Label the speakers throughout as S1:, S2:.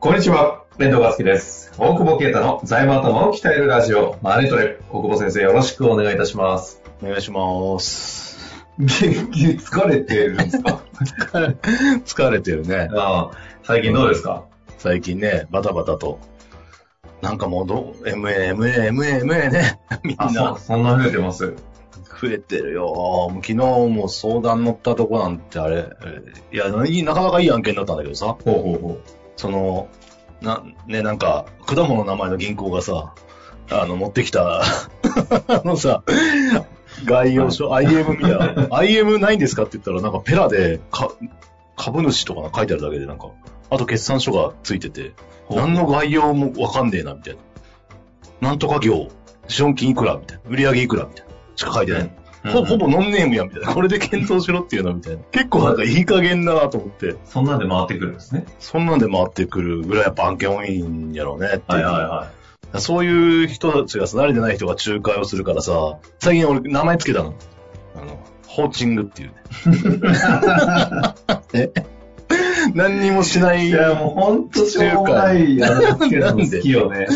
S1: こんにちは、遠藤和樹です。大久保啓太の財務頭を鍛えるラジオ、マネトレ。大久保先生、よろしくお願いいたします。
S2: お願いします。
S1: 元気、疲れてるんですか
S2: 疲れてるね。
S1: ああ最近どうですか
S2: 最近ね、バタバタと。なんかもうど、MA、MA、MA、MA ね。 みん
S1: あ、そ
S2: な
S1: う、そんな増えてます。
S2: 増えてるよ。もう昨日も相談乗ったとこなんてあれ、えいや、いいなかなかいい案件だったんだけどさ、
S1: ほうほうほ
S2: その、な、ね、なんか、果物の名前の銀行がさ、あの、持ってきた、あ のさ、概要書、IM みたいな、IM ないんですかって言ったら、なんかペラで、か、株主とか書いてあるだけで、なんか、あと決算書がついてて、
S1: ほう
S2: 何の概要もわかんねえな、みたいな。なんとか業、資本金いくら、みたいな。売上いくら、みたいな。しか書いてない。
S1: う。
S2: ほほ
S1: ぼ。
S2: ぼノンネームや、みたいな。これで検討しろっていうの、みたいな。結構なんかいい加減だなと思って。
S1: そんなんで回ってくるんですね。
S2: そんなんで回ってくるぐらいやっぱ案件多いんやろうねっていう。
S1: は
S2: そういう人たちがさ慣れてない人が仲介をするからさ、最近俺名前つけたの。あの、ホーチングっていうね。 え何にもしない。
S1: い
S2: い
S1: や、
S2: や、
S1: もうほんとしょうもない、あの、つけるの好きよね。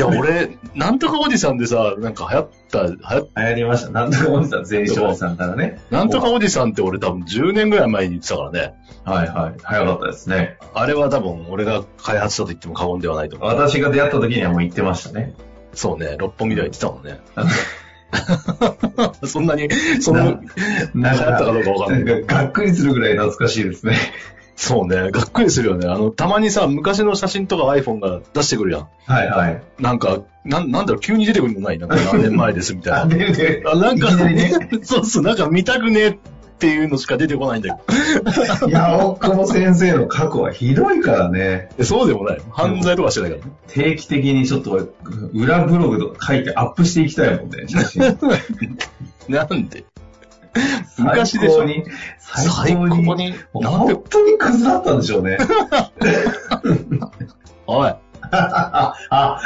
S2: 俺、なんとかおじさんでさ、なんか流行った、流行っ
S1: 流行りました。なんとかおじさん、全員おじさんからね。
S2: なんとかおじさんって俺多分10年ぐらい前に言ってたからね。
S1: はいはい。早かったですね。
S2: あれは多分俺が開発したと言っても過言ではないと思う。
S1: 私が出会った時にはもう行ってましたね。
S2: そうね、六本木では言ってたもん ね。
S1: なんか
S2: そんなに、その、
S1: な
S2: なんん
S1: か
S2: かあったかどうかわかんないけど。
S1: なんかがっくりするぐらい懐かしいですね。
S2: そうね、がっくりするよね。あの、たまにさ、昔の写真とか iPhone が出してくるやん。
S1: はいはい。
S2: なんか、なんなんだろう、急に出てくるのないなんか何年前ですみた
S1: あ、
S2: いな。
S1: でで
S2: あなんか、
S1: いきなりね
S2: そうそう、なんか見たくねえっていうのしか出てこないんだけ
S1: いや、大久保先生の過去はひどいからね。
S2: ど。そうでもない。犯罪とかしてないからね。
S1: 定期的にちょっと裏ブログとか書いてアップしていきたいもんね、 写真。
S2: なんで昔でしょ
S1: 最高に。最高に。
S2: に。
S1: もう
S2: なんで
S1: 本、当にクズだったんでしょうね。
S2: おい、
S1: あ、あ、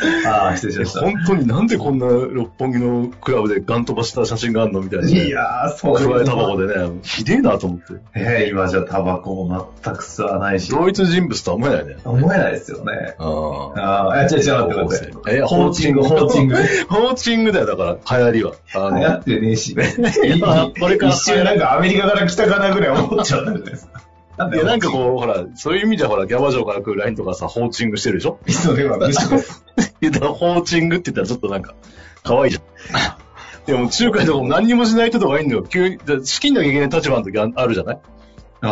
S1: あ、失礼しまし
S2: 本当になんでこんな六本木のクラブでガン飛ばした写真があるのみたい
S1: た。
S2: な、
S1: い。やー、そう
S2: くわ
S1: い
S2: え
S1: う
S2: タバ
S1: の
S2: コでね、ひでえなと思って。
S1: ね今じゃタバコも全く吸わないし、
S2: 同一人物とは思えないね。
S1: 思えないですよね。
S2: ああ。
S1: ああ、違う違う待って待って。
S2: え
S1: ホーチング、ホーチング。
S2: ホーチングだよ、だから、流行りは。あ
S1: 流行
S2: の
S1: ってねえし、
S2: やこれから
S1: 一瞬なんかアメリカから来たかなぐらい思っちゃったじゃないですか。なん
S2: いや、なんか
S1: う、
S2: こう、ほら、そういう意味じゃ、ほら、ギャバ嬢から来るラインとかさ、ホーチングしてるでしょ
S1: それはむしろ
S2: いや、だからホーチングって言ったらちょっとなんか、可愛いじゃん。 でも、中華とかも何にもしない人とかいいんだよ。急に、だから資金のいけない立場の時ああるじゃない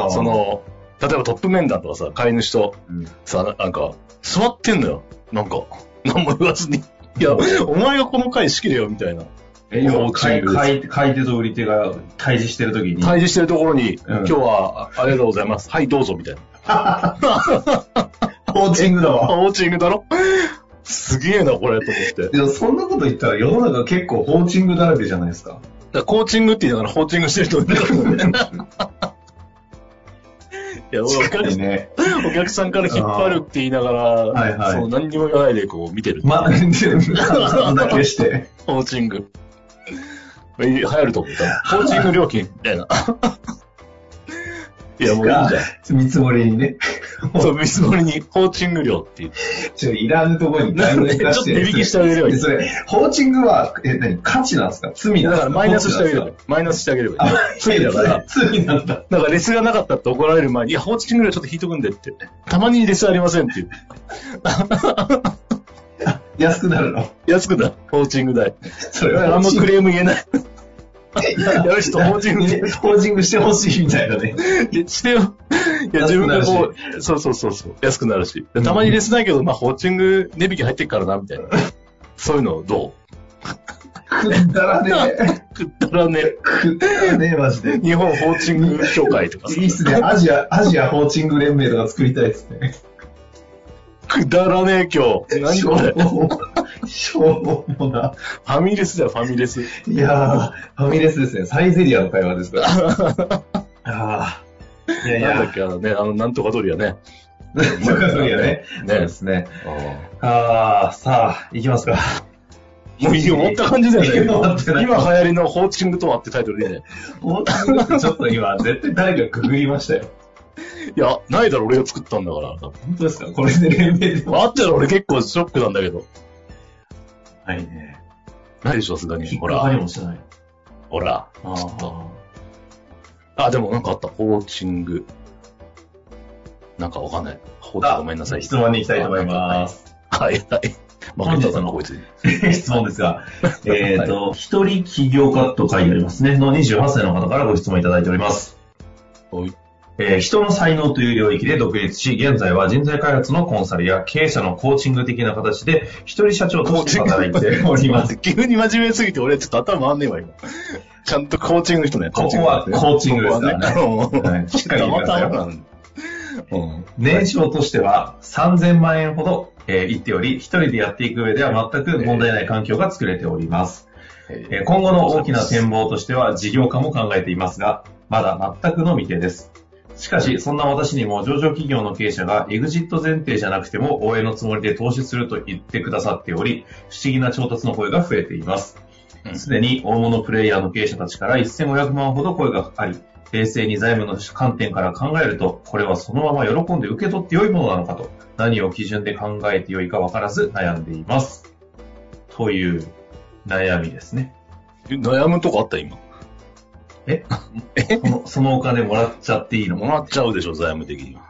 S2: そ、の、例えばトップ面談とかさ、飼い主と
S1: うん
S2: さ、ななんか、座ってんのよ。なんか、何も言わずに。いや、お前がこの回仕切れよ、みたいな。
S1: え、要は買い、
S2: ホーチ
S1: 買い
S2: ング
S1: 買い手と売り手が対峙してるときに、
S2: 対峙してるところに、
S1: うん
S2: 今日はあありがとうございます。はい、どうぞ、みたいな。
S1: コーチングだわ。
S2: ホーチングだろ すげえな、これ、と思って。だか
S1: でもそんなこと言ったら世の中結構ホーチングだらけじゃないですか。
S2: らコーチングって言いながら、ホーチングしてる人いるからねいや、俺お客
S1: ね。
S2: お客さんから引っ張るって言いながら、
S1: はいはい
S2: そう何にも言わないでこう見てる。
S1: ま、あんだけして。
S2: ホーチング。い流行ると思った。ホーチング料金みたいな。いや、もういいんじゃん。
S1: 見積もりにね。
S2: そう、見積もりに、ホーチング料って言って。
S1: ちょ、いらんとこにだいぶ出
S2: ちょっと値引きしてあげればいい
S1: でそれ、ホーチングは、え、何価値なんですか罪なん
S2: だ
S1: です
S2: からマイナスしてあげればいい
S1: ど。
S2: マイナスしてあげればいい
S1: あ。、罪
S2: 罪
S1: だか
S2: だか ら
S1: ら。。罪なんだ。
S2: だからレスがなかったって怒られる前に、いや、ホーチング料ちょっと引いとくんでって。たまにレスありませんっていう。
S1: 安くなるの。
S2: 安くな、ホーチング代。
S1: それは
S2: あんまクレーム言え ない。やる人ホーチング
S1: ねホーチングしてほしいみたいなね。
S2: でしてよ。いや、
S1: 安
S2: 自
S1: く
S2: 分
S1: なる
S2: が
S1: し
S2: こう、そうそうそうそう、安くなるし。でたまにレスないけど、まあ、ホーチング値引き入ってっからな、みたいな。そういうのどう
S1: くだらねえ。
S2: くったらね、
S1: くだらねえ、マジで。
S2: 日本ホーチング協会とかさ
S1: いいっすね。アジア、アジアホーチング連盟とか作りたいですね。
S2: くだらねえ今日。何
S1: し
S2: こ
S1: ょ
S2: れ。
S1: うも、しょうもな。
S2: ファミレスだよ、ファミレス。
S1: いやー、ファミレスですね。サイゼリアの会話ですから。 あーいやい
S2: なんだ
S1: や
S2: っ、け、あのね、あの、なんとか通りやね。
S1: そうかそうやね。そう
S2: ね
S1: で。すね。あ
S2: あ
S1: ー、さあ、行きますか。
S2: ーもういいよ、思った感じだよ
S1: 終
S2: ね。
S1: わって
S2: 今
S1: ない
S2: 流行りのホーチングとはってタイトルでね。
S1: 本当にちょっと今、絶対誰かググりましたよ。
S2: いや、ないだろ、俺が作ったんだから。
S1: 本当ですかこれで連盟でも。
S2: あったら俺結構ショックなんだけど。
S1: はいね。
S2: ないでしょ、さすがに。ほ
S1: ほら。
S2: ら、
S1: りもしてない。
S2: ほら。
S1: あー
S2: あ、でもなんかあった。ホーチング。なんかわかんない。ホーチング
S1: あ
S2: ごめんなさい。
S1: 質問に行きたいと思います。
S2: はいはい。負けただな、こいつに。
S1: 質問です が、えっと、一人起業家と書いてありますね、の28歳の方からご質問いただいております。
S2: はい
S1: えー人の才能という領域で独立し、現在は人材開発のコンサルや経営者のコーチング的な形で、一人社長として働いております。
S2: 急に真面目すぎて、俺ちょっと頭回んねえわ、今。ちゃんとコーチングの人ね。
S1: ここはコーチングですからね
S2: ここは
S1: はい
S2: ね。
S1: しっかり
S2: た
S1: 言ってく
S2: ま
S1: ださい
S2: た
S1: よ
S2: まなんうん。
S1: 年商としては3000万円ほど、えー言っており、一人でやっていく上では全く問題ない環境が作れております。えー今後の大きな展望としては事業化も考えていますが、まだ全くの未定です。しかし、そんな私にも上場企業の経営者がエグジット前提じゃなくても応援のつもりで投資すると言ってくださっており、不思議な調達の声が増えています
S2: う。ん
S1: すでに大物プレイヤーの経営者たちから1500万ほど声があり、冷静に財務の観点から考えると、これはそのまま喜んで受け取って良いものなのかと、何を基準で考えて良いか分からず悩んでいます。という悩みですね。
S2: え悩むとこあった、今。
S1: そのそのお金もらっちゃっていいの
S2: もらっちゃうでしょ、財務的には。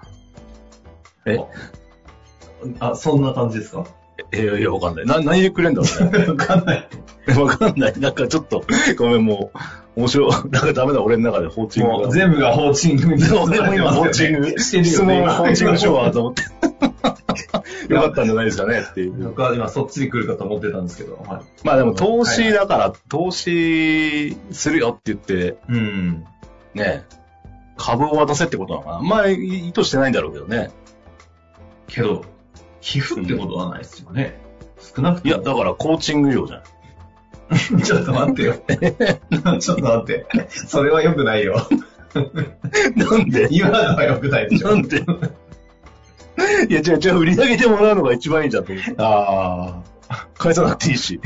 S1: あ、そんな感じですか
S2: え、いやいや、わかんない。な、何でくれんだろうね。
S1: わかんない。
S2: わかんない。なんかちょっと、ごめん、もう、面白い。なんかダメだ、俺の中で放置
S1: もう全部がホーチングに。
S2: でも今、放 置
S1: してる
S2: 質
S1: よね。
S2: 問
S1: 今
S2: 放置のしようかなと思って。 よかったんじゃないですかねっていう。
S1: 僕は今そっちに来るかと思ってたんですけど。はい、
S2: まあでも投資だから、投資するよって言って、
S1: うん。
S2: ね、株を渡せってことなのかな。まあ意図してないんだろうけどね。
S1: けど、寄付ってことはないですよね。少なくと
S2: い
S1: も。
S2: や、だからコーチング業じゃん。
S1: ちょっと待ってよ。 ちょっと待って。それは良くない よ。
S2: なんで
S1: 今のは良くないでし
S2: な
S1: ょ。
S2: んでいや、じゃあ、じゃあ売り上げてもらうのが一番いいじゃんと思って。
S1: あ
S2: 返さなくていいし。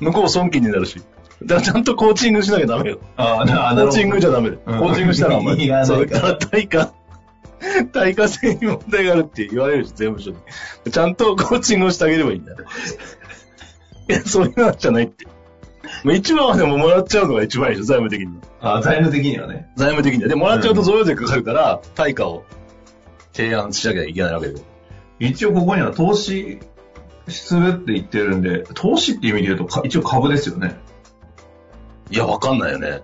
S2: 向こう損金になるし。だからちゃんとコーチングしなきゃダメよ。
S1: あ。ああ、な
S2: コ
S1: なる
S2: ー
S1: ほど
S2: チングじゃダメだよ。コ
S1: うん
S2: ーチングしたらお前、
S1: 意味がない
S2: そう、だから対価、 対価性に問題があるって言われるし、税務署に。ちゃんとコーチングをしてあげればいいんだよ。いや、そういうのじゃないって。まあ、一番はでももらっちゃうのが一番いいでしょ、財務的には。
S1: あ財務的にはね。
S2: 財務的には。で、もらっちゃうと贈与税かかるから、対価を提案しなきゃいけないわけで。
S1: 一応ここには投資するって言ってるんで、投資っていう意味で言うとか、一応株ですよね。
S2: いや、わかんないよね。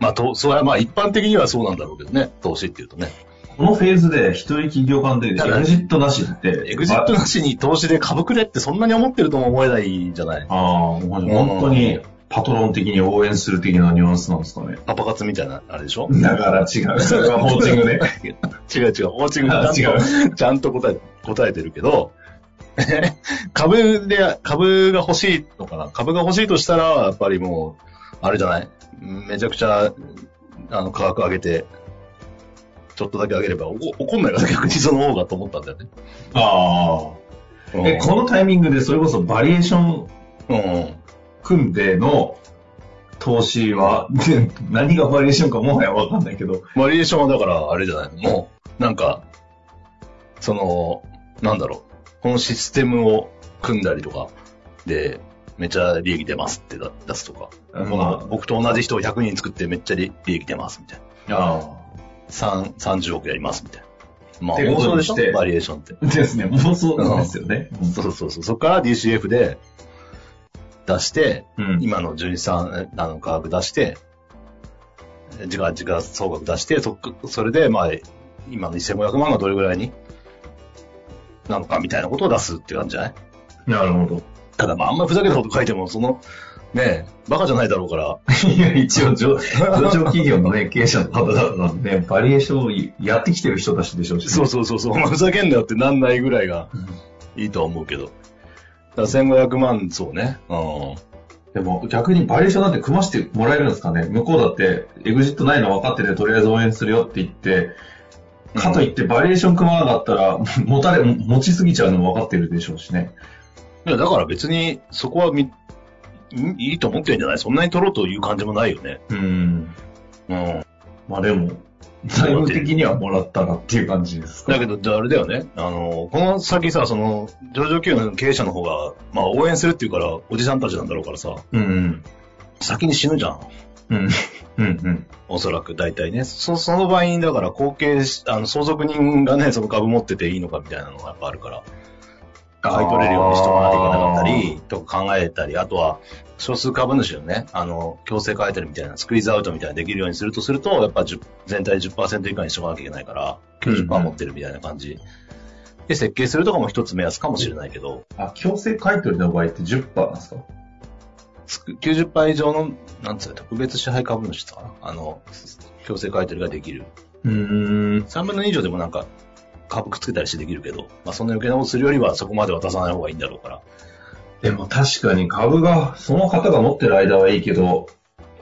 S2: まあ、と、それはまあ一般的にはそうなんだろうけどね、投資っていうとね。
S1: このフェーズで一人企業間でエ
S2: ただ
S1: グジットなしって。
S2: エグジットなしに投資で株くれってそんなに思ってるとも思えないじゃない。
S1: ああー、もう本当にパトロン的に応援する的なニュアンスなんですかね。
S2: パパ活みたいな、あれでしょ
S1: だから違 う。それはホーチングね。
S2: 違う違う、コーチング
S1: あ
S2: ちゃんと、ちゃんと答え、答えてるけど、 株で、株が欲しいのかな株が欲しいとしたら、やっぱりもう、あれじゃないめちゃくちゃ、あの、価格上げて、ちょっとだけ上げれば、お怒んないから逆にその方がと思ったんだよね。
S1: あ
S2: う
S1: あ。
S2: ん
S1: え、このタイミングでそれこそバリエーション
S2: うん。
S1: 組んでの投資は、 で何がバリエーションかもはやわかんないけど。
S2: バリエーションはだから、あれじゃないのもう、なんか、その、なんだろう、このシステムを組んだりとか、で、めちゃ利益出ますってだ出すとか、
S1: うん
S2: この僕と同じ人を100人作ってめっちゃ利利益出ますみたいな。
S1: あ
S2: 3 30億やりますみたいな。まあ、
S1: で
S2: 本当でしょ
S1: 妄想して
S2: バリエーションって。
S1: あ。ですね。もうそうなんですよね。
S2: そうそうそう。そこから DCF で出して、
S1: うん
S2: 今の純資産あの価格出して、時価、時価総額出して、そ、それで、まあ、今の1500万がどれぐらいになのかみたいなことを出すって感じじゃない
S1: なるほど。
S2: ただ、まあ、あんまふざけたこと書いても、その、ねえ、バカじゃないだろうから。
S1: いや、一応上、上場企業のね、経営者の方々なんで、ね、バリエーションをやってきてる人たちでしょうし、
S2: そうそうそうそう、お前ふざけんなよってなんないぐらいが
S1: うん
S2: いいとは思うけど。だから1500万、そうね。うん。
S1: でも逆にバリエーションなんて組ましてもらえるんですかね向こうだって、エグジットないの分かってて、とりあえず応援するよって言って、かといってバリエーション組まなかったら、持たれ、持ちすぎちゃうのも分かってるでしょうしね。
S2: いや、だから別にそこはみ、んいいと思ってるんじゃないそんなに取ろうという感じもないよね。
S1: うん。
S2: うん。
S1: まあでも、財務的にはもらったらっていう感じですか。
S2: だけど、あれだよね。あの、この先さ、その、上場企業の経営者の方が、まあ応援するっていうから、おじさんたちなんだろうからさ、
S1: うん。
S2: 先に死ぬじゃん。
S1: うん。うん。うん。
S2: おそらく、大体ね。そ、その場合に、だから、後継し、あの、相続人がね、その株持ってていいのかみたいなのがやっぱあるから、買い取れるようにしてもらわなきゃいけなかったり、とか考えたり、あとは、少数株主をね、あの、強制変えてるみたいな、スクイーズアウトみたいなできるようにするとすると、やっぱ10全体10%以下にしてもらわなきゃいけないから、90%持ってるみたいな感じ。で、設計するとかも一つ目安かもしれないけど、
S1: あ、強制買取の場合って10%なんですか
S2: つく90%以上の、なんつうの、特別支配株主とかな、あの、強制買い取りができる。
S1: うん。
S2: 3分の2以上でもなんか、株くっつけたりしてできるけど、まあ、そんな余計なことするよりはそこまで渡さない方がいいんだろうから。
S1: でも確かに株が、その方が持ってる間はいいけど、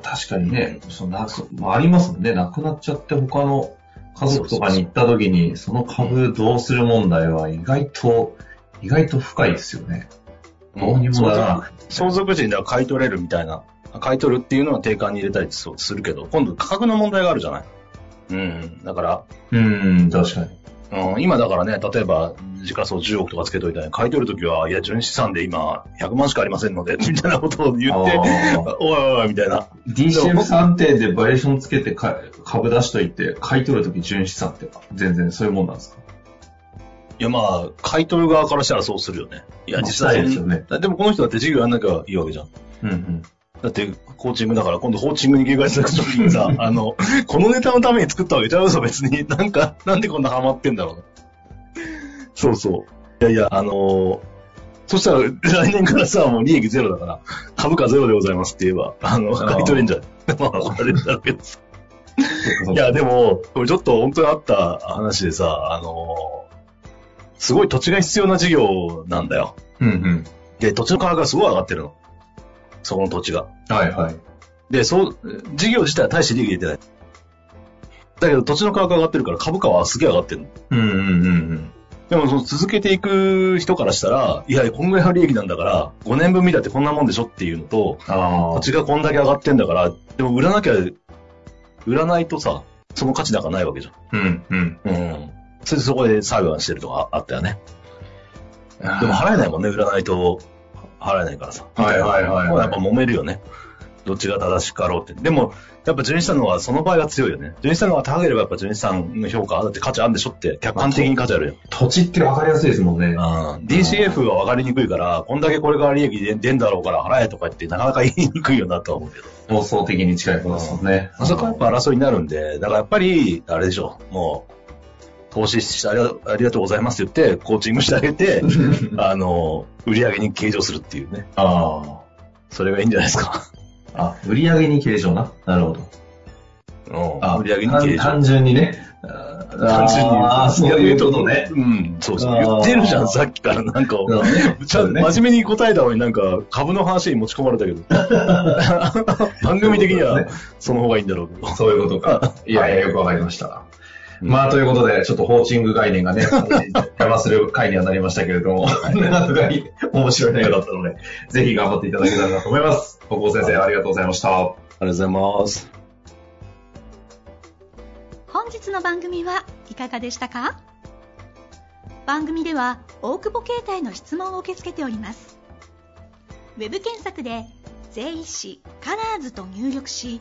S1: 確かにね、そのなくまあ、ありますもんね。なくなっちゃって他の家族とかに行った時に、その株どうする問題は意外と、意外と深いですよね。どうにもならなくて。
S2: 相続時には買い取れるみたいな、買い取るっていうのは定価に入れたりそうするけど、今度価格の問題があるじゃない。うん。だから、
S1: うん、確かに。
S2: うん、今だからね、例えば、時価総10億とかつけといたら、買い取るときは、いや、純資産で今、100万しかありませんので、みたいなことを言って、
S1: あー
S2: おいおいおい、みたいな。
S1: DCM 算定でバリエーションつけてか株出しといて、買い取るとき純資産って全然そういうもんなんですか
S2: いや、まあ、買い取る側からしたらそうするよね。いや、
S1: まあ
S2: 実際、
S1: そうですよね
S2: だでもこの人だって事業やんなきゃいいわけじゃん。
S1: うんうん。
S2: だって、コーチングだから、今度コーチングに警戒した時にさ、あの、このネタのために作ったわけちゃうぞ、別に。 なんか、なんでこんなハマってんだろうな。そうそう。いやいや、あのーそしたら、来年からさ、もう利益ゼロだから、株価ゼロでございますって言えば、あの、
S1: あー
S2: 買い取れんじゃん。まあ、怒られるんだろうけどさ。
S1: い
S2: いや、でも、これちょっと本当にあった話でさ、あのーすごい土地が必要な事業なんだよ。
S1: うんうん。
S2: で、土地の価格がすごい上がってるの。そこの土地が。
S1: はいはい。
S2: で、そう、事業自体は大して利益出てない。だけど土地の価格が上がってるから株価はすげえ上がってるの。
S1: うんうんうん
S2: でもその続けていく人からしたら、いや、こんぐらいの利益なんだから、5年分見たってこんなもんでしょっていうのと、
S1: あ
S2: 土
S1: あ。
S2: 地がこんだけ上がってんだから、でも売らなきゃ、売らないとさ、その価値なんかないわけじ
S1: うんうん。
S2: ゃん。うん。それでそこで裁判してるとかあったよね。
S1: で
S2: でも払えないもんね、売らないと払えないからさ。
S1: はいはいはいはい
S2: こうやっぱ揉めるよね。どっちが正しかろうって。でも、やっぱ純資産の方がその場合は強いよね。純資産の方が高ければやっぱ純資産の評価、だって価値あるんでしょって客観的に価値あるよ。
S1: 土地って分かりやすいですもんね。
S2: うん DCF は分かりにくいから、こんだけこれから利益で出んだろうから払えとか言ってなかなか言いにくいよなとは思うけど。
S1: 妄想的に近いことですもんね。
S2: あそこは やっぱ争いになるんで、だからやっぱり、あれでしょ、もう、投資してありがありがとうございますって言って、コーチングしてあ げて、あの、売り上げに計上するっていうね。
S1: あ
S2: それがいいんじゃないですか。
S1: あ。あ、売上に計上な。なるほど。
S2: うん
S1: あ
S2: 売り上げに計上。
S1: 単純にね。単
S2: 単純に言う
S1: ああ、そういうことね。
S2: うん、そうそう。
S1: あ
S2: 言
S1: ー
S2: ってるじゃん、さっきからなんか。 ちゃん
S1: ね
S2: 真面目に答えた方になんか、株の話に持ち込まれたけ ど。番組的には、その方がいいんだろうけど。
S1: そういうこと か。いやいや、よくわかりました。
S2: うん
S1: まあ、ということで、ちょっとホーチング概念 がね、邪魔する回にはなりましたけれども、なかなか面白い内容だったので、ぜひ頑張っていただけたらなと思います。高校先生、ありがとうございました。
S2: ありがとうございます。
S3: 本日の番組はいかがでしたか番組では大久保携帯の質問を受け付けておりますウェブ検索で「税理士カラーズと入力し